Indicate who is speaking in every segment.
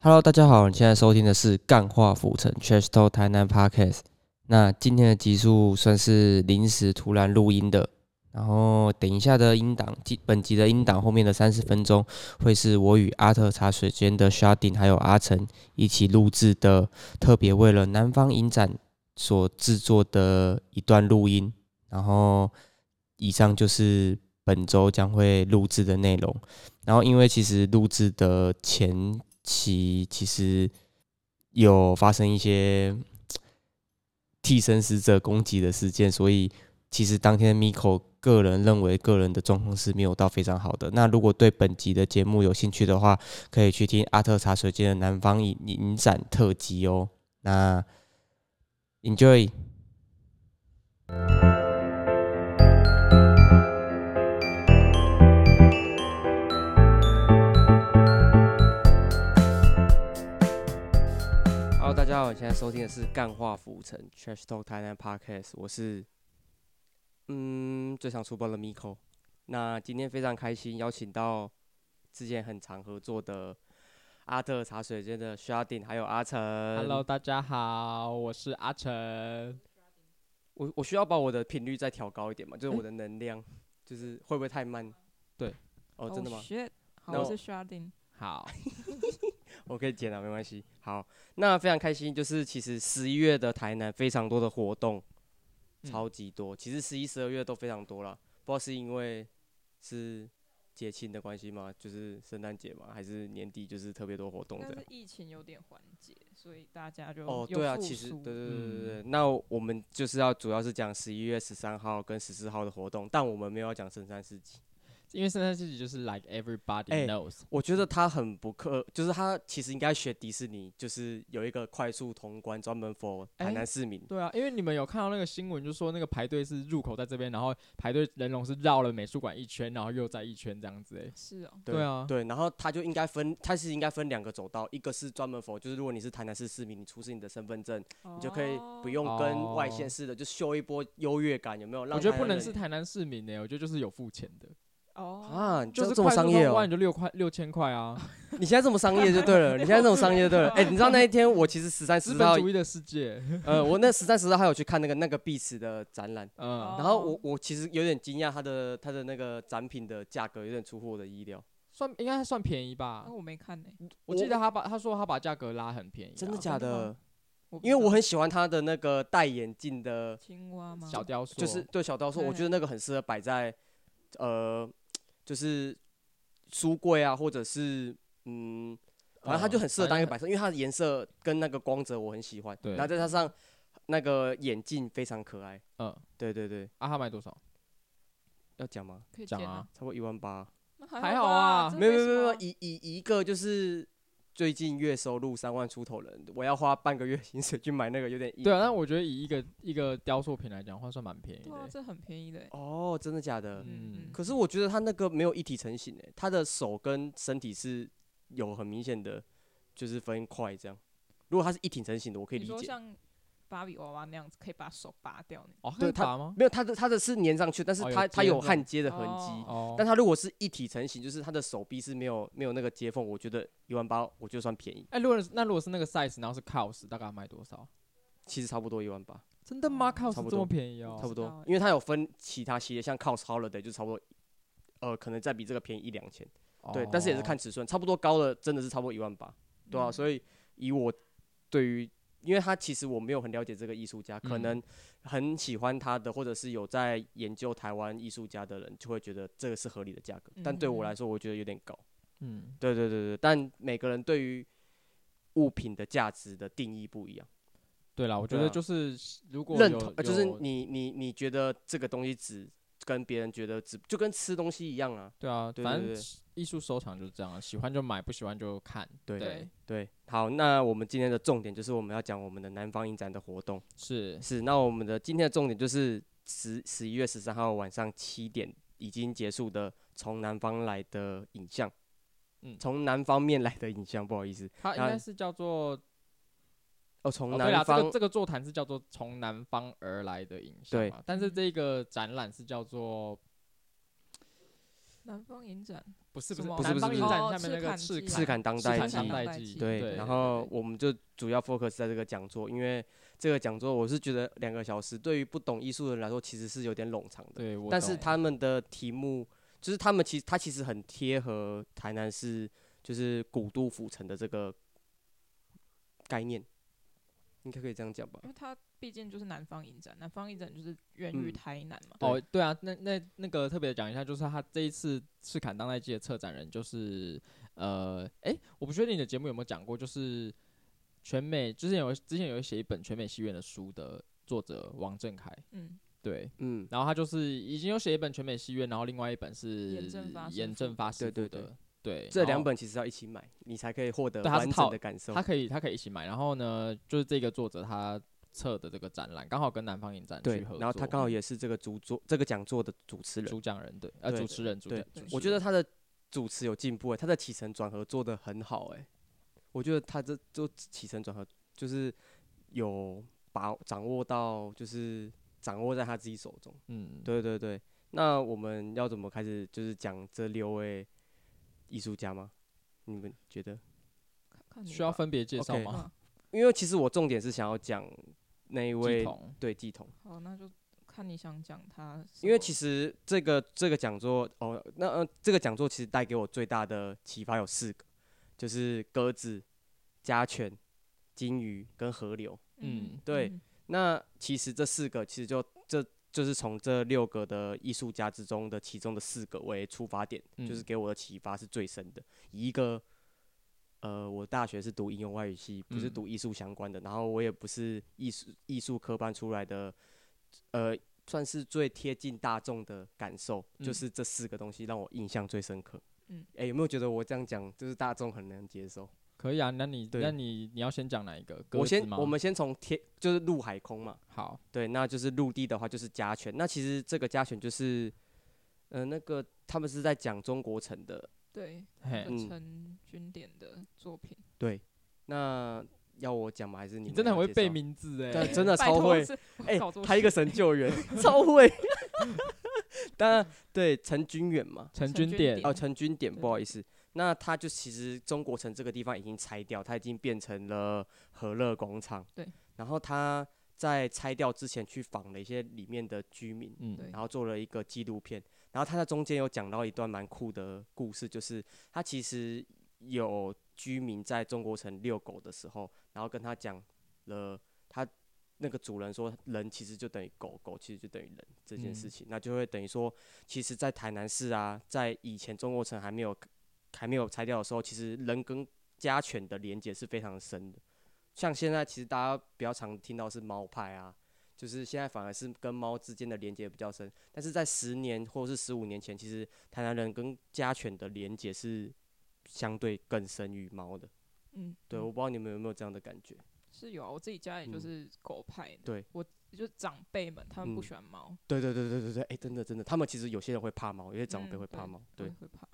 Speaker 1: Hello，大家好，你现在收听的是《干话浮城 Trash Talk 台南 Podcast》。那今天的集数算是临时突然录音的，然后等一下的音档，集本集的音档后面的三十分钟会是我与阿特茶水间的 Sharding 还有阿成一起录制的，特别为了南方影展所制作的一段录音。然后以上就是本周将会录制的内容。然后因为其实录制的前期其实有发生一些替身使者攻击的事件，所以其实当天 Miko 个人认为个人的状况是没有到非常好的。那如果对本集的节目有兴趣的话，可以去听阿特茶水间的南方影影展特辑哦。那 Enjoy。Hello，大家好，你现在收听的是《干话浮城 Trash Talk 台南 Podcast》，我是嗯最常出包的 Miko。那今天非常开心，邀请到之前很常合作的阿特茶水间的 Sharding，还有阿成。
Speaker 2: Hello，大家好，我是阿成。呃
Speaker 1: 我我需要把我的频率再调高一点嘛，就是我的能量，就是会不会太慢？
Speaker 2: 对，
Speaker 1: 哦，真的吗？
Speaker 3: s 好，
Speaker 1: 那
Speaker 3: 我
Speaker 1: 我
Speaker 3: 是 Sharding。
Speaker 2: 好，
Speaker 1: 我可以剪了，没关系。好，那非常开心，就是其实十一月的台南非常多的活动，
Speaker 2: 嗯
Speaker 1: 超级多。其实十一、十二月都非常多了，不知道是因为是节庆的关系吗？就是圣诞节吗？还是年底就是特别多活动
Speaker 3: 但
Speaker 1: 这样
Speaker 3: 是？疫情有点缓解，所以大家就
Speaker 1: 哦，
Speaker 3: 又
Speaker 1: 对啊，
Speaker 3: 呃复
Speaker 1: 其实
Speaker 3: 苏
Speaker 1: 对对对对对。那我们就是要主要是讲十一月十三号跟十四号的活动，但我们没有要讲圣诞市集。
Speaker 2: 因为圣诞自己就是 like everybody
Speaker 1: 哎
Speaker 2: knows，、
Speaker 1: 我觉得他很不克，就是他其实应该学迪士尼，就是有一个快速通关专门 for 台
Speaker 2: 哎
Speaker 1: 南市民。
Speaker 2: 对啊，因为你们有看到那个新闻，就说那个排队是入口在这边，然后排队人龙是绕了美术馆一圈，然后又在一圈这样子、欸。
Speaker 3: 是哦，
Speaker 2: 对啊
Speaker 1: 对，然后它就应该分，它是应该分两个走道，一个是专门否，就是如果你是台南市市民，你出示你的身份证，
Speaker 3: 你
Speaker 1: 你就可以
Speaker 2: 哦
Speaker 3: 哦
Speaker 1: 不用跟外县市的，就秀一波优越感，有没有？让
Speaker 2: 我觉得
Speaker 1: 台
Speaker 2: 不
Speaker 1: 南
Speaker 2: 能
Speaker 1: 人
Speaker 2: 是台南市民呢、欸我觉得就是有付钱的，
Speaker 3: 哦。
Speaker 1: 啊，你
Speaker 2: 就
Speaker 1: 这
Speaker 2: 是
Speaker 1: 这么
Speaker 2: 快速
Speaker 1: 商业
Speaker 2: 通关
Speaker 1: 哦
Speaker 2: 你，就六块六千块 啊，
Speaker 1: 你现在这么商业就对了，你现在这么商业就 对了。哎，你知道那一天我其实十三
Speaker 2: 资
Speaker 1: 十
Speaker 2: 本
Speaker 1: 号，
Speaker 2: 主义的世界，
Speaker 1: 呃，我那十三十号还有去看那个那个碧池的展览，
Speaker 2: 嗯，
Speaker 1: 然后
Speaker 3: 哦
Speaker 1: 我我其实有点惊讶，它的它的那个展品的价格有点出乎我的意料，
Speaker 2: 算应该算便宜吧
Speaker 3: 那。
Speaker 1: 哦
Speaker 3: 我没看呢，
Speaker 1: 嗯
Speaker 2: 我记得他把他说他把价格拉很便宜啊、
Speaker 1: 真的假
Speaker 3: 真的
Speaker 1: 的
Speaker 3: 吗？我不
Speaker 1: 因为
Speaker 3: 知
Speaker 1: 我
Speaker 3: 道
Speaker 1: 很喜欢它的那个戴眼镜的。
Speaker 3: 青蛙吗？
Speaker 2: 小雕塑
Speaker 1: 就是对小雕塑，我觉得那个很适合摆在呃，就是书柜啊，或者是嗯，反正它就很适合当一个摆设，因为它的颜色跟那个光泽我很喜欢，
Speaker 2: 对
Speaker 1: 然后再加上那个眼镜非常可爱，
Speaker 2: 嗯，
Speaker 1: 对对对，
Speaker 2: 啊，他买多少？
Speaker 1: 要讲吗？
Speaker 3: 可以
Speaker 2: 讲
Speaker 3: 剪
Speaker 2: 啊，，
Speaker 1: 差不多一万八，
Speaker 3: 那还
Speaker 2: 还
Speaker 3: 好
Speaker 2: 好啊
Speaker 3: 这
Speaker 1: 没有没
Speaker 3: 什
Speaker 1: 有没有，
Speaker 3: 么
Speaker 1: 以以一个就是。最近月收入三万出头人，我要花半个月薪水去买那个，有点硬
Speaker 2: 对啊，但我觉得以一个一个雕塑品来讲，话算蛮便宜
Speaker 3: 对啊，
Speaker 2: 的。
Speaker 3: 这很便宜的欸。
Speaker 1: 哦，真的假的？
Speaker 2: 嗯
Speaker 1: 可是我觉得他那个没有一体成型诶，欸他的手跟身体是有很明显的，就是分块这样。如果他是一体成型的，我可以
Speaker 3: 你
Speaker 1: 理
Speaker 3: 说
Speaker 1: 解。
Speaker 3: 像芭比娃娃那样子，可以把手拔掉呢。
Speaker 2: 哦，可
Speaker 1: 对
Speaker 2: 以
Speaker 1: 它
Speaker 2: 拔吗？
Speaker 1: 没有，他的他的是粘上去，但是
Speaker 2: 哦有
Speaker 1: 他他
Speaker 2: 接
Speaker 1: 有
Speaker 2: 缝
Speaker 1: 焊接的痕迹。
Speaker 3: 哦
Speaker 2: 哦，
Speaker 1: 但他如果是一体成型，就是他的手臂是没有没有那个接缝，我觉得一万八，我觉得算便宜，
Speaker 2: 哎，如果是那如果是那个 size，然后是 cos，大概卖多少？
Speaker 1: 其实差不多一万八，
Speaker 2: 真的吗
Speaker 3: 哦
Speaker 1: 差不
Speaker 2: ？cos 这
Speaker 1: 多
Speaker 2: 么便宜哦？
Speaker 1: 差不
Speaker 3: 知道
Speaker 1: 多
Speaker 3: 欸。
Speaker 1: 因为它有分其他系列，像 Cos Holiday 就差不多，呃，可能再比这个便宜一两千。对，但是也是看
Speaker 2: 哦
Speaker 1: 尺寸，差不多高的真的是差不多一万八，对啊，
Speaker 3: 嗯
Speaker 1: 所以以我对于，因为他其实我没有很了解这个艺术家，可
Speaker 2: 嗯
Speaker 1: 能很喜欢他的，或者是有在研究台湾艺术家的人，就会觉得这个是合理的价格，但对我
Speaker 3: 嗯
Speaker 1: 来说，我觉得有点高。
Speaker 2: 嗯，
Speaker 1: 对对对对，但每个人对于物品的价值的定义不一样，
Speaker 2: 对啦，我觉
Speaker 1: 对
Speaker 2: 得
Speaker 1: 啊
Speaker 2: 就是如果
Speaker 1: 认
Speaker 2: 有
Speaker 1: 同、呃、就是
Speaker 2: 有
Speaker 1: 你你你觉得这个东西值，跟别人觉得值，就跟吃东西一样啊。
Speaker 2: 对啊，
Speaker 1: 对
Speaker 2: 反
Speaker 1: 对
Speaker 2: 正
Speaker 1: 对
Speaker 2: 艺术收藏就是这样啊，喜欢就买，不喜欢就看。
Speaker 1: 对
Speaker 2: 对，
Speaker 1: 对，好，那我们今天的重点就是我们要讲我们的南方影展的活动。
Speaker 2: 是
Speaker 1: 是，那我们的今天的重点就是十十一月十三号晚上七点已经结束的《从南方来的影像》，嗯
Speaker 2: 嗯，
Speaker 1: 从南方面来的影像，不好意思，
Speaker 2: 它应
Speaker 1: 那
Speaker 2: 该是叫做
Speaker 1: 哦，从
Speaker 2: 哦，对
Speaker 1: 南
Speaker 2: 啦，这
Speaker 1: 方，
Speaker 2: 个这个座谈是叫做“从南方而来的影像”
Speaker 1: 对
Speaker 2: 嘛，但是这个展览是叫做
Speaker 3: 南方影展
Speaker 2: 不是不
Speaker 3: 什
Speaker 2: 是
Speaker 3: 么
Speaker 1: 不是
Speaker 2: 南方
Speaker 1: 不
Speaker 2: 影
Speaker 1: 是
Speaker 2: 展
Speaker 3: 哦
Speaker 2: 下面那个赤啊
Speaker 3: 赤坎
Speaker 1: 赤坎当代
Speaker 3: 赤
Speaker 1: 记
Speaker 3: 坎。当代
Speaker 2: 记，
Speaker 3: 记
Speaker 1: 对，
Speaker 2: 对，
Speaker 1: 然后我们就主要 focus 在这个讲座，因为这个讲座我是觉得两个小时对于不懂艺术的人来说其实是有点冗长的，
Speaker 2: 对，我
Speaker 1: 但是
Speaker 2: 懂
Speaker 1: 他们的题目就是他们其实他其实很贴合台南市就是古都府城的这个概念，应该可以这样讲吧
Speaker 3: 因？为它毕竟就是南方影展，南方影展就是源于
Speaker 1: 嗯
Speaker 3: 台南嘛。
Speaker 2: 哦，对啊，那那那个特别讲一下，就是他这一次赤坎当代季的策展人就是呃，诶，我不确定你的节目有没有讲过，就是全美之前有之前有写一本全美戏院的书的作者王正凯，
Speaker 3: 嗯，
Speaker 2: 对，
Speaker 1: 嗯，
Speaker 2: 然后他就是已经有写一本全美戏院，然后另外一本是
Speaker 3: 严正发师
Speaker 2: 严
Speaker 3: 傅
Speaker 2: 正发师
Speaker 1: 对对
Speaker 2: 傅的，对，
Speaker 1: 这
Speaker 2: 然
Speaker 1: 两
Speaker 2: 后
Speaker 1: 本其实要一起买，你才可以获得
Speaker 2: 对它是
Speaker 1: 完
Speaker 2: 套
Speaker 1: 整的感受
Speaker 2: 他。可以他可以一起买，然后呢，就是这个作者他策的这个展览刚好跟南方影展去
Speaker 1: 对
Speaker 2: 合作，，
Speaker 1: 然后他刚好也是这个主座这个讲座的主持人。
Speaker 2: 主讲人对，呃，
Speaker 1: 对
Speaker 2: 主持人主
Speaker 1: 对
Speaker 2: 讲主
Speaker 1: 我
Speaker 2: 持
Speaker 1: 觉得
Speaker 2: 人
Speaker 1: 他的主持有进步哎、他的起承转合做得很好哎、我觉得他这就起承转合就是有把掌握到，就是掌握在他自己手中。
Speaker 2: 嗯，
Speaker 1: 对对对，那我们要怎么开始就是讲这六位艺术家吗？你们觉得？哦
Speaker 3: 看看你
Speaker 2: 需要
Speaker 3: 吧
Speaker 2: 分别介绍
Speaker 1: OK
Speaker 2: 吗？
Speaker 3: 嗯，
Speaker 1: 因为其实我重点是想要讲那一
Speaker 2: 系
Speaker 1: 位
Speaker 2: 统
Speaker 1: 对季彤。
Speaker 3: 好，那就看你想讲他什么。
Speaker 1: 因为其实这个这个讲座哦，那、呃、这个讲座其实带给我最大的启发有四个，就是鸽子、家犬、金鱼跟河流。
Speaker 2: 嗯
Speaker 1: 对，那其实这四个其实就这就是从这六个的艺术家之中的其中的四个为出发点，就是
Speaker 2: 嗯
Speaker 1: 给我的启发是最深的。以一个呃，我大学是读应用外语系，不是
Speaker 2: 嗯
Speaker 1: 读艺术相关的，然后我也不是艺术艺术科班出来的，呃，算是最贴近大众的感受，就
Speaker 2: 嗯
Speaker 1: 是这四个东西让我印象最深刻。
Speaker 3: 嗯
Speaker 1: 哎、有没有觉得我这样讲就是大众很难接受？
Speaker 2: 可以啊，那你
Speaker 1: 对
Speaker 2: 那你你要先讲哪一个？鸽
Speaker 1: 我
Speaker 2: 子
Speaker 1: 先，
Speaker 2: 吗
Speaker 1: 我们先从天，就是陆海空嘛，
Speaker 2: 好，
Speaker 1: 对，那就是陆地的话就是家犬。那其实这个家犬就是，呃，那个他们是在讲中国城的。
Speaker 3: 对，
Speaker 2: 嘿，
Speaker 1: 嗯
Speaker 3: 陈军典的作品，
Speaker 1: 对，那要我讲吗？还是你
Speaker 2: 你
Speaker 1: 们
Speaker 2: 真的很
Speaker 1: 要
Speaker 2: 会
Speaker 1: 介
Speaker 2: 背
Speaker 1: 绍？
Speaker 2: 名字哎，
Speaker 1: 对，呃真的
Speaker 3: 拜
Speaker 1: 超
Speaker 3: 托
Speaker 1: 会。
Speaker 3: 是
Speaker 1: 哎
Speaker 3: 搞错
Speaker 1: 他一个
Speaker 3: 事
Speaker 1: 神救 援，超会。 当然，对陈君远嘛，
Speaker 2: 陈
Speaker 3: 陈
Speaker 2: 军
Speaker 3: 军
Speaker 2: 典
Speaker 3: 典
Speaker 1: 哦，陈君典，
Speaker 3: 对
Speaker 1: 不好意思，那他就其实中国城这个地方已经拆掉，它已经变成了和乐广场。
Speaker 3: 对，
Speaker 1: 然后他在拆掉之前去访了一些里面的居民，
Speaker 2: 嗯，
Speaker 3: 对
Speaker 1: 然后做了一个纪录片，然后他在中间有讲到一段蛮酷的故事，就是他其实有居民在中国城遛狗的时候，然后跟他讲了他那个主人说，人其实就等于狗，狗其实就等于人这件事
Speaker 2: 嗯
Speaker 1: 情，那就会等于说，其实，在台南市啊，在以前中国城还没有还没有拆掉的时候，其实人跟家犬的连接是非常深的。像现在，其实大家比较常听到是猫派啊，就是现在反而是跟猫之间的连接比较深。但是在十年或是十五年前，其实台南人跟家犬的连接是相对更深于猫的。
Speaker 3: 嗯，
Speaker 1: 对，
Speaker 3: 嗯
Speaker 1: 我不知道你们有没有这样的感觉。
Speaker 3: 是有啊，我自己家里
Speaker 1: 嗯
Speaker 3: 就是狗派的，
Speaker 1: 对
Speaker 3: 我就是长辈们他们不
Speaker 1: 嗯
Speaker 3: 喜欢猫，
Speaker 1: 对对对对对对，哎、真的真的，他们其实有些人会怕猫，有些长辈
Speaker 3: 嗯
Speaker 1: 会怕猫。
Speaker 3: 他
Speaker 1: 对
Speaker 3: 们，会怕，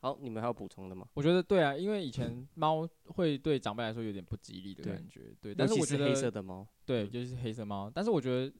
Speaker 1: 好，你们还有补充的吗？
Speaker 2: 我觉得对啊，因为以前猫会对长辈来说有点不吉利的
Speaker 1: 对
Speaker 2: 感觉，对，
Speaker 1: 尤
Speaker 2: 但是
Speaker 1: 其
Speaker 2: 我觉
Speaker 1: 黑色
Speaker 2: 得
Speaker 1: 的猫，
Speaker 2: 对，
Speaker 1: 嗯
Speaker 2: 就是黑色猫，但是我觉得。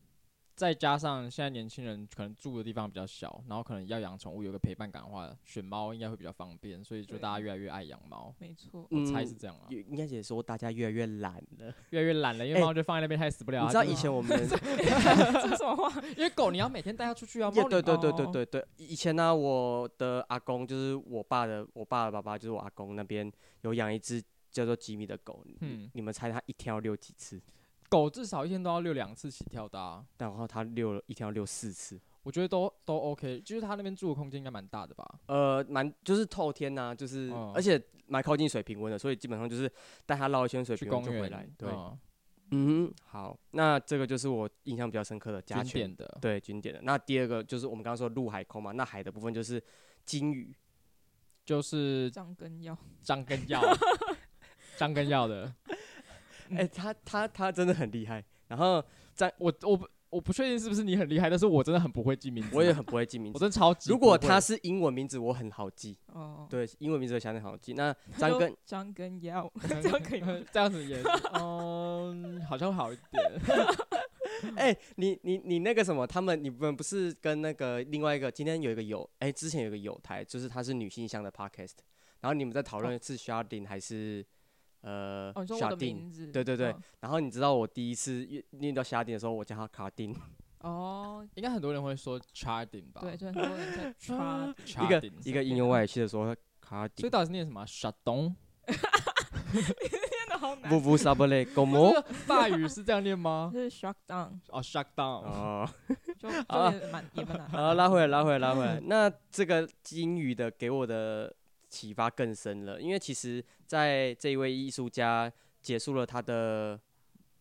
Speaker 2: 再加上现在年轻人可能住的地方比较小，然后可能要养宠物有个陪伴感的话，选猫应该会比较方便，所以就
Speaker 3: 对
Speaker 2: 大家越来越爱养猫，
Speaker 3: 没错，
Speaker 2: 我猜是
Speaker 1: 嗯
Speaker 2: 这样啊，
Speaker 1: 也应该也说大家越来越懒了。
Speaker 2: 越来越懒了，因为
Speaker 1: 哎
Speaker 2: 猫就放在那边它也死不了啊。
Speaker 1: 你知道
Speaker 2: 就
Speaker 1: 以前我们
Speaker 3: 这是什么话？
Speaker 2: 因为狗你要每天带它出去啊，
Speaker 1: 也
Speaker 2: 猫
Speaker 1: 对
Speaker 2: 你
Speaker 1: 对对对
Speaker 3: 哦
Speaker 1: 对对，以前呢、我的阿公就是我爸的，我爸的爸爸就是我阿公那边有养一只叫做吉米的狗，
Speaker 2: 嗯
Speaker 1: 你们猜他一天要遛几次？
Speaker 2: 狗至少一天都要遛两次起跳的、啊，
Speaker 1: 然后他遛了一天要遛四次，
Speaker 2: 我觉得都都 OK，就是它那边住的空间应该蛮大的吧。
Speaker 1: 呃，蛮就是透天呐、就是、
Speaker 2: 哦
Speaker 1: 而且蛮靠近水平温的，所以基本上就是带他绕一圈水
Speaker 2: 去
Speaker 1: 平温
Speaker 2: 公
Speaker 1: 就回
Speaker 2: 园
Speaker 1: 来。对，
Speaker 2: 嗯
Speaker 1: 嗯哼，好，那这个就是我印象比较深刻的家
Speaker 2: 经
Speaker 1: 犬。
Speaker 2: 典的，
Speaker 1: 对，经典的。那第二个就是我们刚刚说陆海空嘛，那海的部分就是金鱼，
Speaker 2: 就是
Speaker 3: 张根耀，
Speaker 2: 张根 耀，张根耀的，
Speaker 1: 哎、他他他真的很厉害。然后
Speaker 2: 我我不我不确定是不是你很厉害，但是我真的很不会记名字，
Speaker 1: 我也很不会记名
Speaker 2: 我
Speaker 1: 字，
Speaker 2: 真的超级不
Speaker 1: 如
Speaker 2: 会。
Speaker 1: 果他是英文名字，我很好记。
Speaker 3: 哦，
Speaker 1: 对，英文名字我相对好记。那
Speaker 3: 他
Speaker 1: 张
Speaker 3: 说
Speaker 1: 根
Speaker 3: 张根 耀，这样可以吗？
Speaker 2: 这样子也，嗯，好像好一点。
Speaker 1: 哎、你你你那个什么，他们你们不是跟那个另外一个，今天有一个有哎、之前有一个有台，就是它是女性向的 podcast，然后你们在讨论是 Sharding 还是、呃
Speaker 3: 哦哦，你说我的
Speaker 1: Sharding？
Speaker 3: 名字？
Speaker 1: 对对对
Speaker 3: 嗯，
Speaker 1: 然后你知道我第一次念念到 Sharding 的时候，我叫他卡丁，
Speaker 3: 哦，
Speaker 2: 应该很多人会说 charding 吧？
Speaker 3: 对，就很多 人
Speaker 1: 嗯
Speaker 3: 在刷，
Speaker 1: 一个
Speaker 2: charding
Speaker 1: 一个应用外语系的说卡
Speaker 2: 所以
Speaker 1: 丁，
Speaker 2: 到底是念什么 s h a d o n
Speaker 3: 真的好
Speaker 1: 不
Speaker 3: 难。
Speaker 1: 不 Sabale Gomo
Speaker 2: 法语是这样念吗
Speaker 3: 就？是 shut down，
Speaker 2: 哦 s h u t d o w n
Speaker 1: 哦。
Speaker 3: 就
Speaker 1: 好 啊
Speaker 3: 就也蛮也蛮 难的。
Speaker 1: 好，拉回来，拉回来，拉回来。那这个金鱼的给我的启发更深了，因为其实在这一位艺术家结束了他的，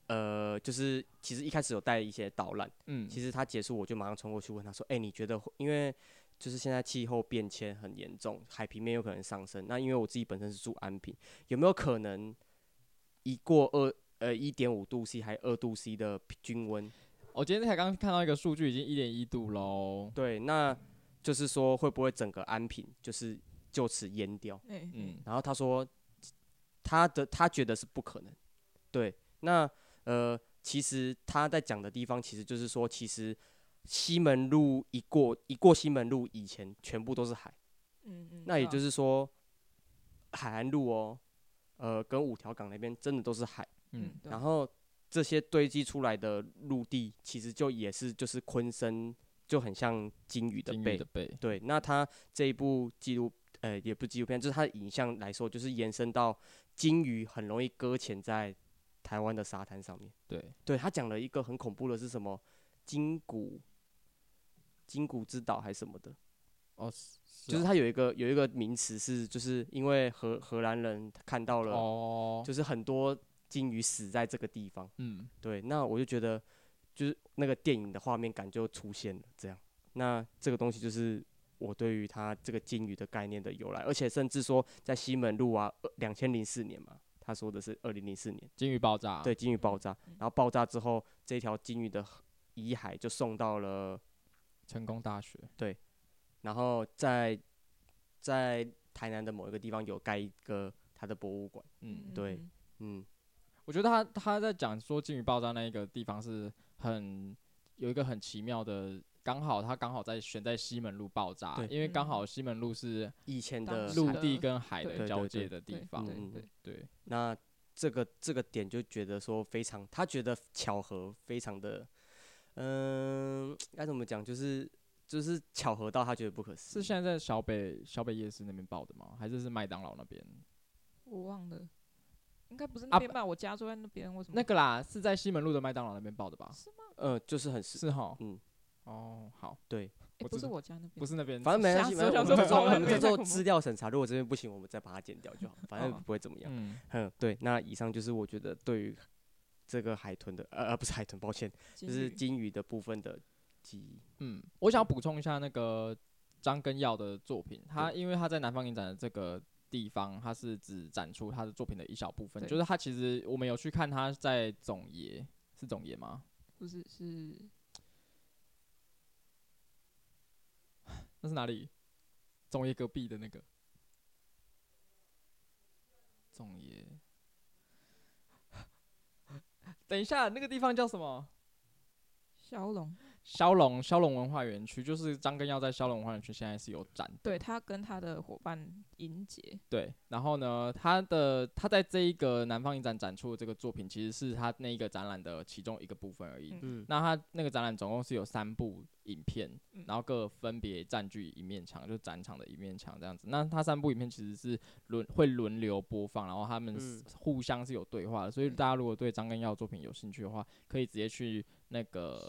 Speaker 1: 呃，就是其实一开始有带一些导览，
Speaker 2: 嗯，
Speaker 1: 其实他结束我就马上冲过去问他说：“哎、你觉得会因为？”就是现在气候变迁很严重，海平面有可能上升。那因为我自己本身是住安平，有没有可能一过二呃一点五度 C 还二度 C 的均温
Speaker 2: 我哦今天才刚看到一个数据，已经一点一度喽。
Speaker 1: 对，那就是说会不会整个安平就是就此淹掉？
Speaker 3: 哎，
Speaker 2: 嗯，
Speaker 1: 然后他说他的他觉得是不可能。对，那呃，其实他在讲的地方，其实就是说，其实西门路一过一过西门路以前，全部都是海。
Speaker 3: 嗯嗯，
Speaker 1: 那也就是是说，海岸路哦，呃，跟五条港那边真的都是海。
Speaker 2: 嗯，
Speaker 3: 对
Speaker 1: 然后这些堆积出来的陆地，其实就也是就是昆生，就很像金鱼的
Speaker 2: 金
Speaker 1: 背
Speaker 2: 鱼的。背，
Speaker 1: 对，那他这一部纪录，呃，也不是纪录片，就是他的影像来说，就是延伸到鲸鱼很容易搁浅在台湾的沙滩上面。
Speaker 2: 对，
Speaker 1: 对他讲了一个很恐怖的是什么？鲸骨，鲸骨之岛还是什么的？
Speaker 2: 哦，就
Speaker 1: 就是他有一个有一个名词是，就是因为荷荷兰人看到了，
Speaker 2: 哦，
Speaker 1: 就是很多鲸鱼死在这个地方。
Speaker 2: 嗯，
Speaker 1: 对，那我就觉得，就是那个电影的画面感就出现了，这样。那这个东西就是我对于它这个金鱼的概念的由来，而且甚至说在西门路啊，两千零四年嘛，他说的是二零零四年，
Speaker 2: 金鱼爆
Speaker 3: 啊
Speaker 2: 炸，
Speaker 1: 对，金鱼爆炸，
Speaker 3: 嗯
Speaker 1: 然后爆炸之后，这条金鱼的遗骸就送到了，
Speaker 2: 成功大学，
Speaker 1: 然后在在台南的某一个地方有盖一个它的博物馆，
Speaker 2: 嗯，
Speaker 1: 对，嗯，
Speaker 2: 我觉得他他在讲说金鱼爆炸那一个地方是很有一个很奇妙的。刚好他刚好在选在西门路爆炸
Speaker 1: 对，
Speaker 2: 因为刚
Speaker 3: 嗯
Speaker 2: 好西门路是
Speaker 1: 以前
Speaker 3: 当
Speaker 1: 的
Speaker 3: 时
Speaker 2: 陆
Speaker 1: 海
Speaker 2: 地跟海
Speaker 3: 对
Speaker 2: 的
Speaker 1: 对
Speaker 2: 交
Speaker 1: 对
Speaker 2: 界
Speaker 1: 对
Speaker 2: 的
Speaker 3: 对
Speaker 2: 地方，
Speaker 3: 对对
Speaker 1: 嗯
Speaker 2: 对，
Speaker 1: 那这个这个点就觉得说非常，他觉得巧合非常的，嗯、该怎么讲，就是就是巧合到他觉得不可思
Speaker 2: 是
Speaker 1: 议。
Speaker 2: 现在在小北小北夜市那边爆的吗？还是是麦当劳那边？
Speaker 3: 我忘了，应该不是
Speaker 2: 啊
Speaker 3: 那边吧？我家住在那边，为什么？
Speaker 2: 那个啦，是在西门路的麦当劳那边爆的吧？
Speaker 1: 呃，就是很是，
Speaker 2: 是哈，
Speaker 1: 嗯，
Speaker 2: 哦，好，
Speaker 3: 诶
Speaker 2: 我
Speaker 3: 不
Speaker 2: 知
Speaker 3: 是
Speaker 2: 道
Speaker 3: 我家那边，
Speaker 2: 不是那边，
Speaker 1: 反正没关
Speaker 3: 吓
Speaker 1: 系，
Speaker 3: 死
Speaker 1: 反
Speaker 3: 我
Speaker 1: 正我们这
Speaker 3: 想说
Speaker 1: 做
Speaker 3: 我
Speaker 1: 我
Speaker 3: 们
Speaker 1: 们
Speaker 3: 这
Speaker 1: 这
Speaker 3: 边
Speaker 1: 做
Speaker 3: 太恐怖
Speaker 1: 资料审查，如果这边不行，我们再把它剪掉就好，反正
Speaker 2: 哦
Speaker 1: 不会怎么样。
Speaker 2: 嗯，
Speaker 1: 嗯，对，那以上就是我觉得对于这个海豚的，呃呃，不是海豚，抱歉，
Speaker 3: 金
Speaker 1: 就是
Speaker 3: 鱼
Speaker 1: 金鱼的部分的记忆。
Speaker 2: 嗯，我想要补充一下那个张根耀的作品，他因为他在南方影展的这个地方，他是只展出他的作品的一小部分，
Speaker 3: 对
Speaker 2: 就是他其实我们有去看他在总爷，是总爷吗？
Speaker 3: 不是是
Speaker 2: 那是哪里？总爷隔壁的那个总爷。 等一下，那个地方叫什么？
Speaker 3: 骁龙，
Speaker 2: 骁龙骁龙文化园区，就是张根耀在骁龙文化园区现在是有展
Speaker 3: 对他跟他的伙伴银杰，
Speaker 2: 对，然后呢，他的他在这一个南方影展展出的这个作品，其实是他那一个展览的其中一个部分而已。
Speaker 3: 嗯
Speaker 1: 嗯，
Speaker 2: 那他那个展览总共是有三部影片
Speaker 3: 嗯，
Speaker 2: 然后各分别占据一面墙，就展场的一面墙这样子。那他三部影片其实是轮会轮流播放，然后他们
Speaker 1: 嗯
Speaker 2: 互相是有对话的。所以
Speaker 3: 嗯
Speaker 2: 大家如果对张根耀的作品有兴趣的话，可以直接去那个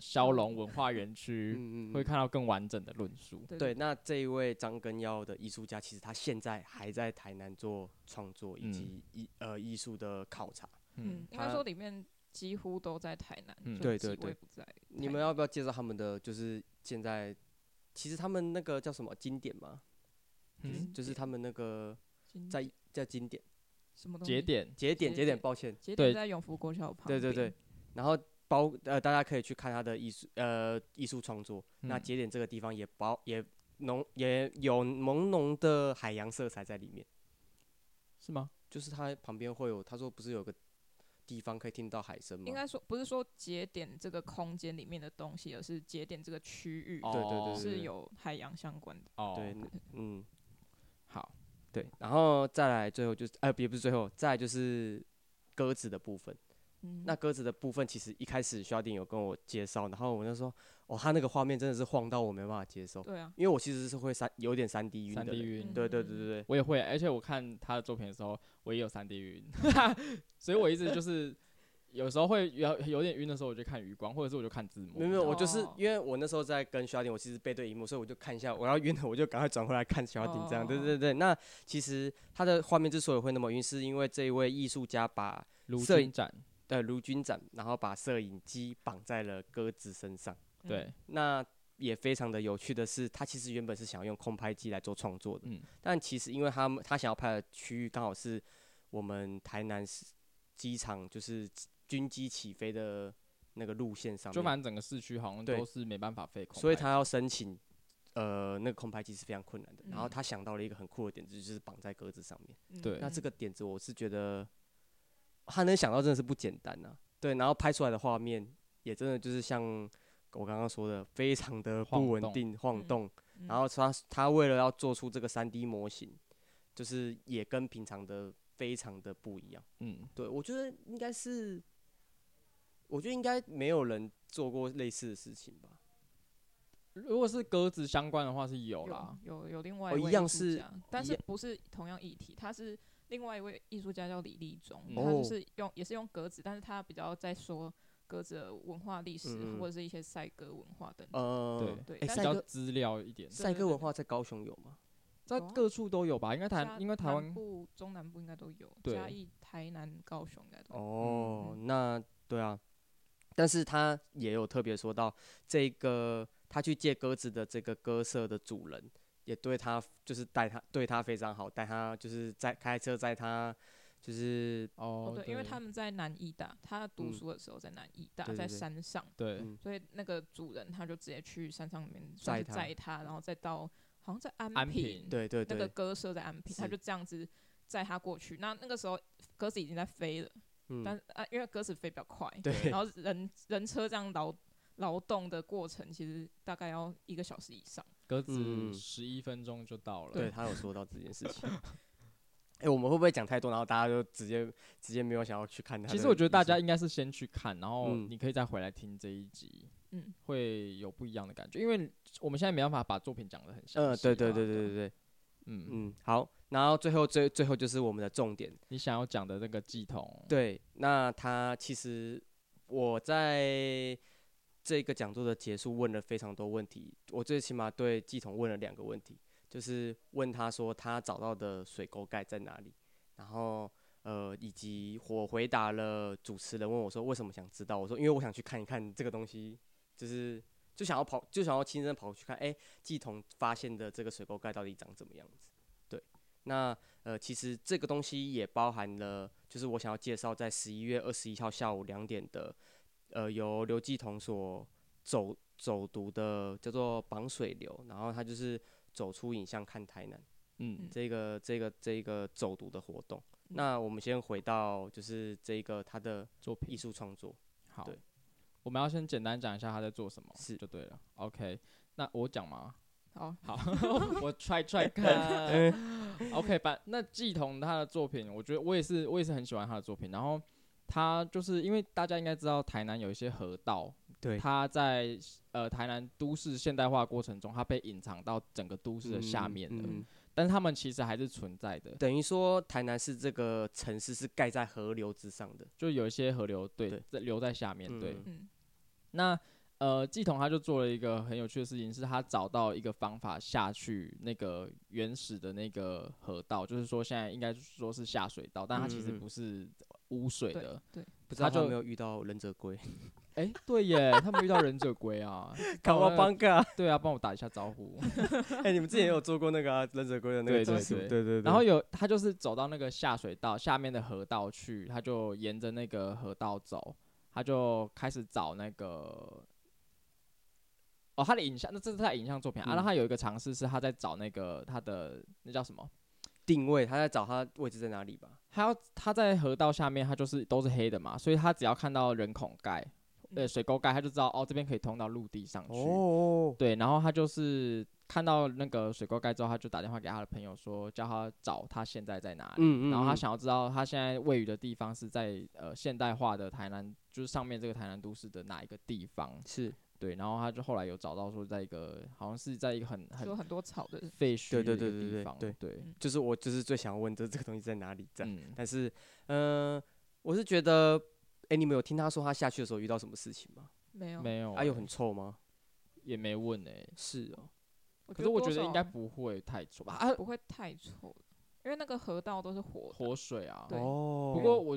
Speaker 2: 骁龙文化园区，
Speaker 1: 嗯嗯，
Speaker 2: 会看到更完整的论述。
Speaker 3: 对
Speaker 1: 对，那这一位张根耀的艺术家，其实他现在还在台南做创作以
Speaker 2: 嗯
Speaker 1: 及艺、呃艺术的考察。
Speaker 3: 嗯
Speaker 2: 嗯，，
Speaker 3: 应该
Speaker 1: 他
Speaker 3: 说里面几乎都在台南，
Speaker 2: 嗯
Speaker 3: 就
Speaker 1: 对
Speaker 3: 几
Speaker 1: 对对
Speaker 3: 位不在。
Speaker 1: 你们要不要介绍他们的？就是现在，其实他们那个叫什么经典吗？
Speaker 2: 嗯
Speaker 3: 经
Speaker 1: 就是
Speaker 3: 典
Speaker 1: 他们那个
Speaker 3: 经
Speaker 1: 在叫经典
Speaker 3: 什么东
Speaker 2: 节
Speaker 3: 西？
Speaker 2: 点。
Speaker 1: 节点
Speaker 3: 节
Speaker 1: 节点，
Speaker 3: 点
Speaker 1: 抱歉。
Speaker 3: 节
Speaker 2: 对
Speaker 3: 点在永福国小旁
Speaker 1: 对
Speaker 3: 边。
Speaker 1: 对对，然后包呃，大家可以去看他的艺术呃艺术创作。那
Speaker 2: 嗯
Speaker 1: 节点这个地方也包也浓也有朦胧的海洋色彩在里面，
Speaker 2: 是吗？
Speaker 1: 就是它旁边会有他说不是有个地方可以听到海声吗？
Speaker 3: 应该说不是说节点这个空间里面的东西，而是节点这个区域
Speaker 2: 哦
Speaker 1: 对对对对
Speaker 3: 是有海洋相关的。
Speaker 2: 哦，
Speaker 1: 对，嗯，
Speaker 2: 好，
Speaker 1: 对，然后再来最后就是，呃，也不是最后，再来就是鸽子的部分。
Speaker 3: 嗯，
Speaker 1: 那鸽子的部分其实一开始肖定有跟我介绍，然后我那时候，哦，他那个画面真的是晃到我没办法接受，
Speaker 3: 对啊，
Speaker 1: 因为我其实是会三有点三 D 晕的
Speaker 2: 三 D
Speaker 1: 人。
Speaker 2: 晕，
Speaker 3: 嗯
Speaker 1: 对对对对对，
Speaker 2: 我也会，而且我看他的作品的时候，我也有三 D 晕， 所以我一直就是有时候会有有点晕的时候，我就看余光，或者是我就看字幕。
Speaker 1: 没有没有，我就是
Speaker 3: 哦
Speaker 1: 因为我那时候在跟肖定，我其实背对荧幕，所以我就看一下，我要晕了，我就赶快转回来看肖定这样。对
Speaker 3: 哦哦哦
Speaker 1: 对对，那其实他的画面之所以会那么晕，是因为这一位艺术家把
Speaker 2: 卢
Speaker 1: 摄
Speaker 2: 金
Speaker 1: 影
Speaker 2: 展，
Speaker 1: 呃卢军展，然后把摄影机绑在了鸽子身上。
Speaker 3: 嗯
Speaker 2: 对，
Speaker 1: 那也非常的有趣的是，他其实原本是想要用空拍机来做创作的，
Speaker 2: 嗯
Speaker 1: 但其实因为他们他想要拍的区域刚好是我们台南市机场就是军机起飞的那个路线上
Speaker 2: 就反
Speaker 1: 面，
Speaker 2: 正整个市区好像
Speaker 1: 对
Speaker 2: 都是没办法飞空白的，
Speaker 1: 所以他要申请呃那个空拍机是非常困难的。然后
Speaker 3: 嗯
Speaker 1: 他想到了一个很酷的点子，就是绑在鸽子上面。
Speaker 2: 对
Speaker 1: 那这个点子我是觉得他能想到真的是不简单呐、啊对，然后拍出来的画面也真的就是像我刚刚说的，非常的
Speaker 2: 晃
Speaker 1: 不稳
Speaker 2: 动
Speaker 1: 定晃
Speaker 3: 嗯
Speaker 1: 动。
Speaker 3: 嗯
Speaker 1: 然后他他为了要做出这个三 D 模型，就是也跟平常的非常的不一样。
Speaker 2: 嗯，
Speaker 1: 对我觉得应该是，我觉得应该没有人做过类似的事情吧。
Speaker 2: 如果是鸽子相关的话是有啦，
Speaker 3: 有有有另外
Speaker 1: 哦
Speaker 3: 一
Speaker 1: 一
Speaker 3: 位
Speaker 1: 样
Speaker 3: 艺术
Speaker 1: 是
Speaker 3: 家，但
Speaker 1: 一
Speaker 3: 是
Speaker 1: 样
Speaker 3: 不是同样议题，他是另外一位艺术家叫李立忠，
Speaker 2: 嗯
Speaker 3: 他就
Speaker 1: 哦
Speaker 3: 是用也是用格子，但是他比较在说格子的文化历史、啊
Speaker 1: 嗯嗯
Speaker 3: 或者是一些赛格文化等等。
Speaker 1: 呃，
Speaker 2: 对
Speaker 1: 哎，
Speaker 3: 对但
Speaker 2: 比
Speaker 1: 赛
Speaker 2: 较
Speaker 1: 哥
Speaker 2: 资料一点，
Speaker 1: 赛
Speaker 3: 对
Speaker 1: 哥
Speaker 3: 对
Speaker 1: 文
Speaker 3: 对
Speaker 1: 化在高雄有吗？
Speaker 2: 在
Speaker 3: 有啊
Speaker 2: 各处都有吧？应该台
Speaker 3: 嘉
Speaker 2: 应该台
Speaker 3: 南
Speaker 2: 湾
Speaker 3: 部、中南部应该都有，
Speaker 2: 对
Speaker 3: 嘉义、台南、高雄应该都有。
Speaker 1: 哦，那对啊，但是他也有特别说到这个，他去借鸽子的这个鸽舍的主人，也对他就是待他对他非常好，带他就是在开车载他，就是
Speaker 2: 哦
Speaker 3: 哦，，对，因为他们在南医大，他读
Speaker 1: 嗯
Speaker 3: 书的时候在南医大，
Speaker 1: 对对
Speaker 3: 在
Speaker 1: 对
Speaker 3: 山上，
Speaker 2: 对
Speaker 1: 嗯
Speaker 3: 所以那个主人他就直接去山上里面算
Speaker 1: 载
Speaker 3: 是
Speaker 1: 他
Speaker 3: 载他，然后再到好像在安
Speaker 2: 安
Speaker 3: 平，
Speaker 2: 平
Speaker 1: 对对
Speaker 3: 那个
Speaker 1: 对，
Speaker 3: 鸽舍在安平，他
Speaker 1: 是
Speaker 3: 就这样子载他过去。那那个时候鸽子已经在飞了，
Speaker 1: 嗯，
Speaker 3: 但是啊，因为鸽子飞比较快，
Speaker 1: 对
Speaker 3: 然后人 人车这样劳劳动的过程，其实大概要一个小时以上。
Speaker 2: 鸽
Speaker 1: 嗯
Speaker 2: 子十一分钟就到了，
Speaker 1: 对，他有说到这件事 情。哎、我们会不会讲太多，然后大家就直接直接没有想要去看他的艺术？
Speaker 2: 其实我觉得大家应该是先去看，然后
Speaker 1: 嗯
Speaker 2: 你可以再回来听这一集，
Speaker 3: 嗯，
Speaker 2: 会有不一样的感觉，因为我们现在没办法把作品讲得很详细。
Speaker 1: 嗯，对对对，对对对，
Speaker 2: 嗯，
Speaker 1: 嗯，好，然后最后最最后就是我们的重点，
Speaker 2: 你想要讲的那个系统，，
Speaker 1: 对，那他其实我在这个讲座的结束问了非常多问题，我最起码对季统问了两个问题，就是问他说他找到的水沟盖在哪里，然后呃，以及我回答了主持人问我说为什么想知道，我说因为我想去看一看这个东西，就是就想要跑，就想要亲身跑去看，哎、季统发现的这个水沟盖到底长怎么样子？对，那呃，其实这个东西也包含了，就是我想要介绍在十一月二十一号下午两点的，呃，由刘继彤所走走读的叫做绑水流，然后他就是走出影像看台南。
Speaker 2: 嗯，
Speaker 1: 这个这个这个走读的活动。那我们先回到就是这个他的
Speaker 2: 作
Speaker 1: 艺
Speaker 2: 品
Speaker 1: 术创嗯作，
Speaker 2: 好
Speaker 1: 对，
Speaker 2: 我们要先简单讲一下他在做什么，
Speaker 1: 是
Speaker 2: 就对了。OK，那我讲吗？
Speaker 3: 好，
Speaker 2: 好， 我 try try
Speaker 1: 哎
Speaker 2: 看。OK，把那季彤他的作品，我觉得我也是，我也是很喜欢他的作品。然后他就是因为大家应该知道，台南有一些河道，
Speaker 1: 对
Speaker 2: 它在呃台南都市现代化过程中，它被隐藏到整个都市的下面了。
Speaker 1: 嗯嗯
Speaker 2: 但是他们其实还是存在的，
Speaker 1: 等于说台南市这个城市是盖在河流之上的。
Speaker 2: 就有一些河流对
Speaker 1: 对
Speaker 2: 在留在下面
Speaker 1: 嗯
Speaker 2: 对。
Speaker 1: 嗯
Speaker 3: 嗯，
Speaker 2: 那呃，季彤他就做了一个很有趣的事情，是他找到一个方法下去那个原始的那个河道，就是说现在应该说是下水道，但它其实
Speaker 1: 嗯嗯嗯
Speaker 2: 不是污水
Speaker 3: 对
Speaker 2: 的。
Speaker 3: 对，
Speaker 1: 不知道
Speaker 2: 他
Speaker 1: 他有
Speaker 2: 就
Speaker 1: 没有遇到忍者 龟？
Speaker 2: 哎、对耶，他们遇到忍者龟啊，
Speaker 1: 卡哇邦嘎！
Speaker 2: 对啊，帮我打一下招呼。
Speaker 1: 哎，你们之前也有做过那个啊忍者龟的那个
Speaker 2: 对对
Speaker 1: 技术
Speaker 2: 对
Speaker 1: 对对。
Speaker 2: 然后有他就是走到那个下水道下面的河道去，他就沿着那个河道走，他就开始找那个。哦，他的影像，那这是他的影像作品、啊。
Speaker 1: 嗯
Speaker 2: 然后他有一个尝试是他在找那个他的那叫什么？
Speaker 1: 定位，他在找他位置在哪里吧？
Speaker 2: 它要它在河道下面，它就是都是黑的嘛，所以它只要看到人孔盖、呃
Speaker 3: 嗯
Speaker 2: 水沟盖，它就知道哦这边可以通到陆地上去。
Speaker 1: 哦，
Speaker 2: 对，然后他就是看到那个水沟盖之后，他就打电话给他的朋友说，叫他找他现在在哪里。
Speaker 1: 嗯嗯，
Speaker 2: 然后他
Speaker 1: 嗯，
Speaker 2: 想要知道他现在位于的地方是在呃现代化的台南，就是上面这个台南都市的哪一个地方？
Speaker 1: 是
Speaker 2: 对，然后他就后来有找到说，在一个好像是在一个很
Speaker 3: 有
Speaker 2: 很
Speaker 3: 很多草的，
Speaker 2: 废墟
Speaker 1: 对
Speaker 2: 的
Speaker 1: 对对
Speaker 2: 一个
Speaker 1: 对
Speaker 2: 地
Speaker 1: 对
Speaker 2: 方，
Speaker 1: 对
Speaker 2: 对，
Speaker 1: 就是我就是最想问这这个东西在哪里这样，
Speaker 2: 嗯，
Speaker 1: 但是嗯、呃我是觉得，哎、你们有听他说他下去的时候遇到什么事情吗？
Speaker 3: 没有，
Speaker 2: 没有欸，
Speaker 1: 啊，有很臭吗？
Speaker 2: 也没问哎，
Speaker 1: 是哦，
Speaker 2: 可是我
Speaker 3: 多
Speaker 2: 觉得
Speaker 3: 少
Speaker 1: 啊
Speaker 2: 应该不会太臭 吧？啊，
Speaker 3: 不会太臭，因为那个河道都是活的，
Speaker 2: 活水啊，
Speaker 3: 对
Speaker 1: 哦
Speaker 2: 不过我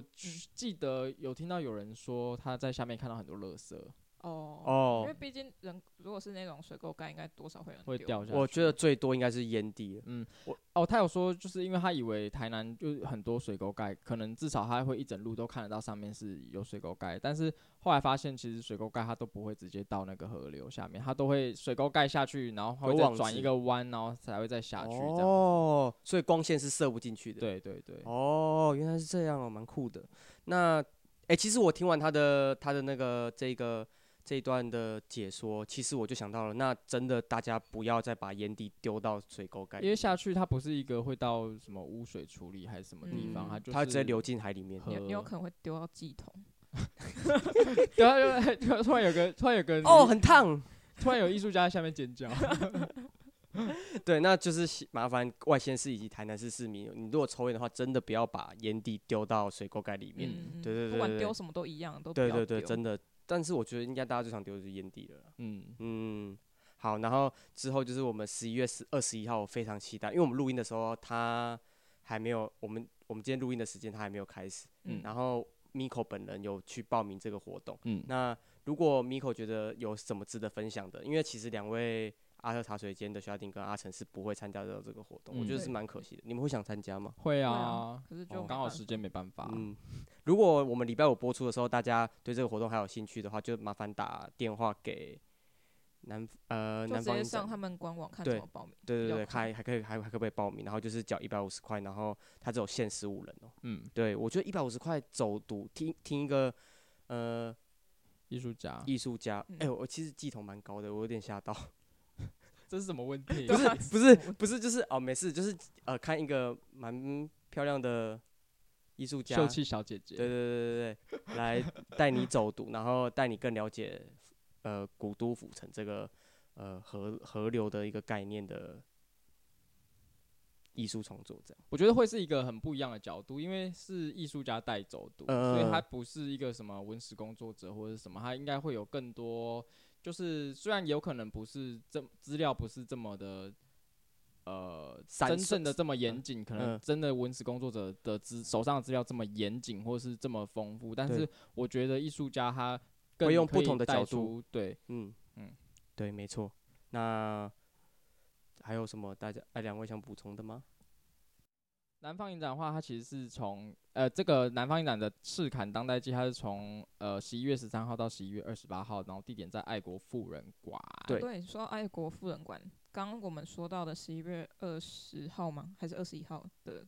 Speaker 2: 记得有听到有人说他在下面看到很多垃圾
Speaker 3: 哦因为
Speaker 1: 哦，
Speaker 3: 毕竟人如果是那种水沟盖，应该多少会有人
Speaker 2: 会
Speaker 3: 丢
Speaker 2: 掉下去。
Speaker 1: 我觉得最多应该是烟蒂了。
Speaker 2: 哦，他有说就是因为他以为台南就是很多水沟盖，可能至少他会一整路都看得到上面是有水沟盖，但是后来发现其实水沟盖它都不会直接到那个河流下面，它都会水沟盖下去，然后它
Speaker 1: 有
Speaker 2: 会再
Speaker 1: 网
Speaker 2: 转一
Speaker 1: 子
Speaker 2: 个弯，然后才会再下去这样。
Speaker 1: 哦，所以光线是射不进去的。，
Speaker 2: 对对对，
Speaker 1: 哦，原来是这样哦，蛮酷的。那，哎、其实我听完他的他的那个这个这一段的解说，其实我就想到了，那真的大家不要再把烟蒂丢到水沟盖里面，
Speaker 2: 因为下去它不是一个会到什么污水处理还是什么地方，
Speaker 3: 嗯
Speaker 2: 它就
Speaker 1: 它会
Speaker 2: 是
Speaker 1: 直接流进海里面。
Speaker 2: 河
Speaker 3: 你有你有
Speaker 2: 呃
Speaker 3: 可能会丢到系统，
Speaker 2: 对啊，就就突然有个突然有个
Speaker 1: 哦，
Speaker 2: 女
Speaker 1: 很烫。
Speaker 2: 突然有艺术家在下面尖叫。
Speaker 1: 对，那就是希麻烦外县市以及台南市市民，你如果抽烟的话，真的不要把烟蒂丢到水沟盖里面。
Speaker 3: 嗯，
Speaker 1: 对对对
Speaker 3: 不管
Speaker 1: 对
Speaker 3: 丢什么都一样，都不
Speaker 1: 对
Speaker 3: 要
Speaker 1: 对对，
Speaker 3: 丢
Speaker 1: 真的。但是我觉得应该大家最常丢的就是烟蒂了啦。
Speaker 2: 嗯，
Speaker 1: 嗯，好，然后之后就是我们十一月十二十一号，我非常期待，因为我们录音的时候他还没有，我们我们今天录音的时间他还没有开始，
Speaker 2: 嗯
Speaker 1: 然后 Miko 本人有去报名这个活动，
Speaker 2: 嗯，
Speaker 1: 那如果 Miko 觉得有什么值得分享的，因为其实两位阿特茶水间的小丁跟阿成是不会参加到这个活动，我
Speaker 2: 嗯
Speaker 1: 觉得是
Speaker 3: 对
Speaker 1: 蛮可惜的，你们会想参加吗？
Speaker 2: 会
Speaker 3: 啊
Speaker 2: 啊，
Speaker 3: 可是
Speaker 1: 哦
Speaker 3: 就没
Speaker 2: 刚好
Speaker 3: 办
Speaker 2: 时
Speaker 3: 法
Speaker 2: 间没办
Speaker 3: 啊
Speaker 2: 法。
Speaker 1: 嗯，如果我们礼拜五播出的时候，大家对这个活动还有兴趣的话，就麻烦打电话给南呃
Speaker 3: 就
Speaker 1: 南
Speaker 3: 直
Speaker 1: 方影
Speaker 3: 接
Speaker 1: 展
Speaker 3: 上他们官网看怎
Speaker 1: 对
Speaker 3: 么报名，
Speaker 1: 对
Speaker 3: 比
Speaker 1: 对
Speaker 3: 较
Speaker 1: 对，
Speaker 3: 快
Speaker 1: 还还可以还还可不可以报名？然后就是缴一百五十块，然后它只有限十五人哦。
Speaker 2: 嗯，
Speaker 1: 对，我觉得一百五十块走读听听一个呃
Speaker 2: 艺术家，
Speaker 1: 艺术家，哎、
Speaker 3: 嗯
Speaker 1: 我其实系统蛮高的，我有点吓到。
Speaker 2: 这是什么问 题？
Speaker 1: 不是
Speaker 3: 啊
Speaker 1: 不是不是，就是哦，没事，就是呃看一个蛮漂亮的艺术家，
Speaker 2: 秀气小姐嗯姐。
Speaker 1: 对对呃对对对，来带你走读，然后带你更了解呃古都府城这个呃河河流的一个概念的艺术创作这样。
Speaker 2: 我觉得会是一个很不一样的角度，因为是艺术家带走读，所以
Speaker 1: 呃
Speaker 2: 他不是一个什么文史工作者或者是什么，他应该会有更多，就是虽然有可能不是这资料不是这么的。呃，
Speaker 1: 闪
Speaker 2: 真
Speaker 1: 烁
Speaker 2: 正的这么严谨，可能
Speaker 1: 嗯
Speaker 2: 真的文史工作者的资手上的资料这么严谨，或是这么丰富，但
Speaker 1: 对
Speaker 2: 是我觉得艺术家他更
Speaker 1: 会用
Speaker 2: 可以
Speaker 1: 不同的
Speaker 2: 带
Speaker 1: 角度
Speaker 2: 出，对，
Speaker 1: 嗯嗯
Speaker 2: 嗯，
Speaker 1: 对，没错。那还有什么大家哎两位想补充的吗？
Speaker 2: 南方影展的话，它其实是从呃这个南方影展的赤坎当代季，它是从呃十一月十三号到十一月二十八号，然后地点在爱国富人馆。
Speaker 1: 对
Speaker 3: 对，说到爱国富人馆，刚刚我们说到的十一月二十号吗？还是二十一号的？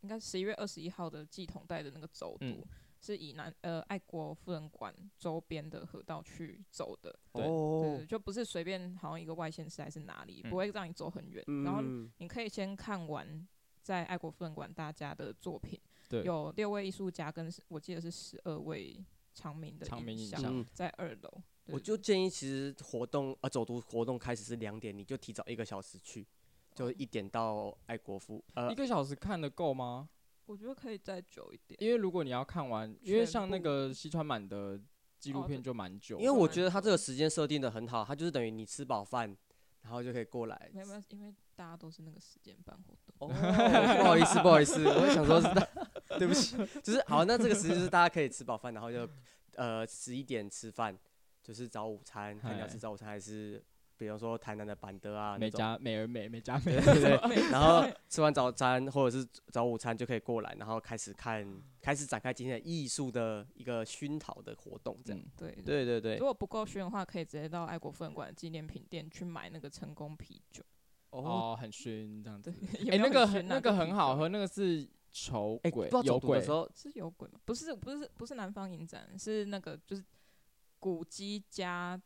Speaker 3: 应该十一月二十一号的系统带的那个走读，
Speaker 2: 嗯
Speaker 3: 是以南呃爱国富人馆周边的河道去走的，
Speaker 2: 对
Speaker 3: 对
Speaker 1: 哦
Speaker 3: 对，，就不是随便好像一个外县市还是哪里，
Speaker 2: 嗯
Speaker 3: 不会让你走很远。
Speaker 1: 嗯
Speaker 3: 然后你可以先看完在爱国富人馆大家的作品，
Speaker 2: 对
Speaker 3: 有六位艺术家跟十我记得是十二位长明的
Speaker 2: 长明影像
Speaker 1: 嗯，
Speaker 3: 在二楼。对
Speaker 1: 我就建议其实活动呃走读活动开始是两点，你就提早一个小时去，就一点到爱国夫呃
Speaker 2: 一个小时看得够吗？
Speaker 3: 我觉得可以再久一点。
Speaker 2: 因为如果你要看完，因为
Speaker 3: 全
Speaker 2: 像那
Speaker 3: 部
Speaker 2: 个西川满的纪录
Speaker 3: 哦
Speaker 2: 片就蛮久的，
Speaker 1: 因为我
Speaker 3: 对
Speaker 1: 觉得他这个时间设定的很好，他就是等于你吃饱饭，然后就可以过来
Speaker 3: 没。有没有，因为大家都是那个时间办活动。
Speaker 1: 哦， 不好意思，不好意思，我想说是大， 对不起，就是好，那这个时间就是大家可以吃饱饭，然后就呃十一点吃饭，就是早午餐，看你要
Speaker 2: 嗨
Speaker 1: 吃早午餐还是比方说台南的板德啊那
Speaker 2: 美
Speaker 1: 种，
Speaker 2: 加美而美美加美
Speaker 1: 对对 对，然后吃完早餐或者是早午餐就可以过来，然后开始看，开始展开今天的艺术的一个熏陶的活动，这样。
Speaker 2: 嗯
Speaker 3: 对，
Speaker 1: 对对对
Speaker 3: 如，果不够炫的话，可以直接到爱国富人馆的纪念品店去买那个成功啤酒。
Speaker 1: 哦，
Speaker 2: 哦，很熏这样子。
Speaker 3: 也
Speaker 2: 哎，
Speaker 3: 没有
Speaker 2: 那个
Speaker 3: 很
Speaker 2: 很
Speaker 3: 熏啊
Speaker 2: 那个很好，
Speaker 3: 就
Speaker 2: 喝，那个是丑
Speaker 1: 哎、
Speaker 2: 鬼
Speaker 1: 不知道
Speaker 2: 有
Speaker 1: 走读
Speaker 2: 鬼
Speaker 1: 的时候，
Speaker 3: 是有鬼吗？不是，不是，不是南方影展，是那个就是古迹加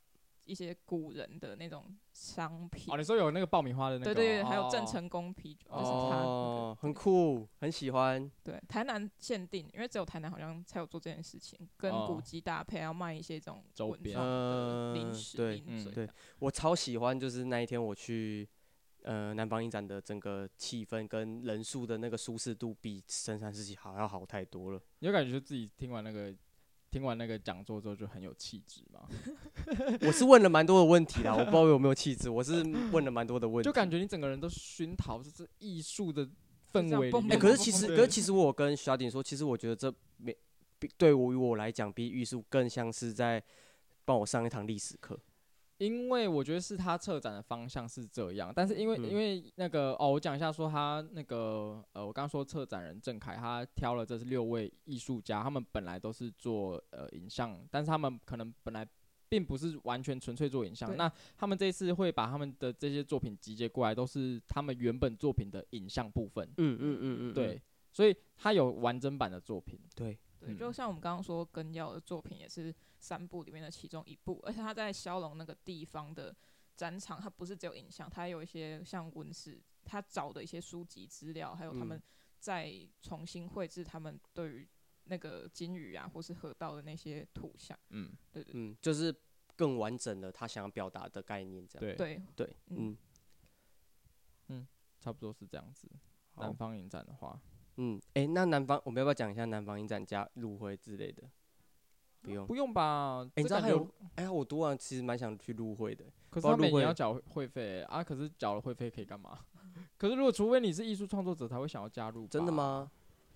Speaker 3: 一些古人的那种商品。
Speaker 2: 哦，你说有那个爆米花的那个
Speaker 3: 对
Speaker 2: 哦，
Speaker 3: 对对，还
Speaker 2: 哦
Speaker 3: 有郑，成功啤酒，就是他、那个
Speaker 1: 哦，很酷，很喜欢。
Speaker 3: 对，台南限定，因为只有台南好像才有做这件事情，跟
Speaker 2: 哦
Speaker 3: 古迹搭配，还要卖一些这种
Speaker 2: 周
Speaker 3: 文
Speaker 2: 边
Speaker 3: 创的零
Speaker 1: 嗯
Speaker 3: 食、
Speaker 1: 对
Speaker 3: 零嘴
Speaker 2: 嗯
Speaker 3: 的
Speaker 1: 对我超喜欢，就是那一天我去呃南方影展的整个气氛跟人数的那个舒适度，比深山四季好要好太多了。
Speaker 2: 你有感觉自己听完那个听完那个讲座之后就很有气质吗？
Speaker 1: 我是问了蛮多的问题啦，我不知道有没有气质，我是问了蛮多的问题，
Speaker 2: 就感觉你整个人都熏陶就是艺术的
Speaker 3: 这
Speaker 2: 氛
Speaker 3: 样
Speaker 2: 围里
Speaker 3: 蹦
Speaker 2: 面。
Speaker 1: 哎、
Speaker 3: 蹦
Speaker 1: 可是
Speaker 3: 蹦
Speaker 1: 其
Speaker 3: 蹦
Speaker 1: 实，
Speaker 2: 对
Speaker 1: 可是其实我有跟徐小鼎说，其实我觉得这没比对我于我来讲，比艺术更像是在帮我上一堂历史课。
Speaker 2: 因为我觉得是他策展的方向是这样，但是因为、
Speaker 1: 嗯
Speaker 2: 因为那个哦，我讲一下说他那个呃，我刚刚说策展人郑凯，他挑了这是六位艺术家，他们本来都是做呃影像，但是他们可能本来并不是完全纯粹做影像，
Speaker 3: 对
Speaker 2: 那他们这一次会把他们的这些作品集结过来，都是他们原本作品的影像部分，
Speaker 1: 嗯嗯嗯嗯，
Speaker 2: 对，所以他有完整版的作品，
Speaker 1: 对，
Speaker 3: 对，
Speaker 2: 嗯
Speaker 3: 就像我们刚刚说，根耀的作品也是三部里面的其中一部，而且他在骁龙那个地方的展场，它不是只有影像，它还有一些像文史，他找的一些书籍资料，还有他们
Speaker 1: 嗯
Speaker 3: 再重新绘制他们对于那个金鱼啊或是河道的那些图像，
Speaker 2: 嗯，
Speaker 3: 对对
Speaker 1: 嗯，就是更完整的他想要表达的概念，这样。
Speaker 2: 对，
Speaker 3: 对，
Speaker 1: 对，
Speaker 3: 嗯
Speaker 1: 嗯
Speaker 2: 差不多是这样子。
Speaker 1: 好
Speaker 2: 南方影展的话，
Speaker 1: 嗯，哎、那南方我们要不要讲一下南方影展加入会之类的？不用。
Speaker 2: 不用吧？
Speaker 1: 哎、你
Speaker 2: 这
Speaker 1: 知道
Speaker 2: 感
Speaker 1: 还
Speaker 2: 觉
Speaker 1: 有，哎、呀，我读完其实蛮想去入会的。
Speaker 2: 可是
Speaker 1: 包
Speaker 2: 他
Speaker 1: 入
Speaker 2: 每
Speaker 1: 会
Speaker 2: 年要缴会费啊，可是缴了会费可以干嘛？ 可是如果除非你是艺术创作者，才会想要加入。
Speaker 1: 真的？吗？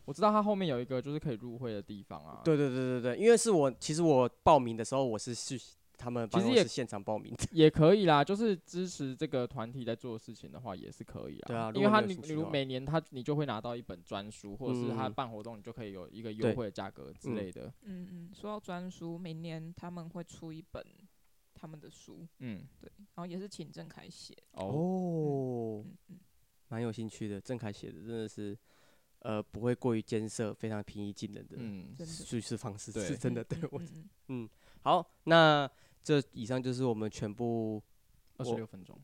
Speaker 2: 我知道他后面有一个就是可以入会的地方啊。，
Speaker 1: 对对对对对，因为是我，其实我报名的时候我是去他们办
Speaker 2: 其实
Speaker 1: 公
Speaker 2: 也
Speaker 1: 室现场报名的。
Speaker 2: 也可以啦，就是支持这个团体在做的事情的话，也是可以啊。
Speaker 1: 对啊
Speaker 2: 因
Speaker 1: 如
Speaker 2: 为
Speaker 1: 果
Speaker 2: 他
Speaker 1: 你有
Speaker 2: 你
Speaker 1: 兴趣
Speaker 2: 你如
Speaker 1: 的话
Speaker 2: 每年他你就会拿到一本专书，或者是他
Speaker 1: 嗯
Speaker 2: 办活动，你就可以有一个优
Speaker 1: 对
Speaker 2: 惠的价格之
Speaker 1: 嗯
Speaker 2: 类的。
Speaker 3: 嗯嗯，说到专书，明年他们会出一本他们的书，
Speaker 2: 嗯，
Speaker 3: 然后也是请郑恺写的，
Speaker 2: 哦，
Speaker 1: 哦，
Speaker 3: 嗯嗯，
Speaker 1: 蛮有兴趣的。郑恺写的真的是，呃，不会过于艰涩，非常平易近人的
Speaker 2: 嗯，
Speaker 3: 真的，
Speaker 1: 叙事方式，
Speaker 2: 对
Speaker 1: 是真的。对
Speaker 3: 嗯
Speaker 1: 我
Speaker 3: 嗯嗯
Speaker 1: 好，那这以上就是我们全部，
Speaker 2: 二十六分钟。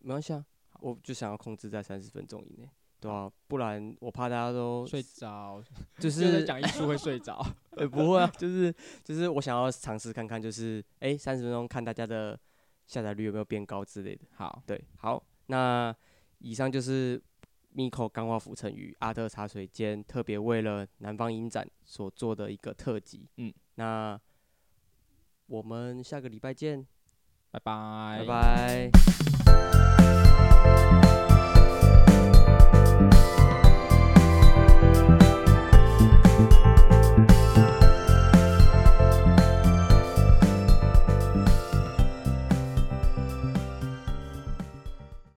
Speaker 1: 没关系啊，我就想要控制在三十分钟以内，对啊，不然我怕大家都
Speaker 2: 睡着，
Speaker 1: 就
Speaker 2: 就是在讲艺术会 睡着。
Speaker 1: 呃，不会啊，就是就是我想要尝试看看，就是哎，三、十分钟看大家的下载率有没有变高之类的。
Speaker 2: 好，
Speaker 1: 对，好，那以上就是《Miko 钢化浮沉与阿特茶水间》特别为了南方影展所做的一个特辑。
Speaker 2: 嗯，
Speaker 1: 那我们下个礼拜见，
Speaker 2: 拜拜，
Speaker 1: 拜拜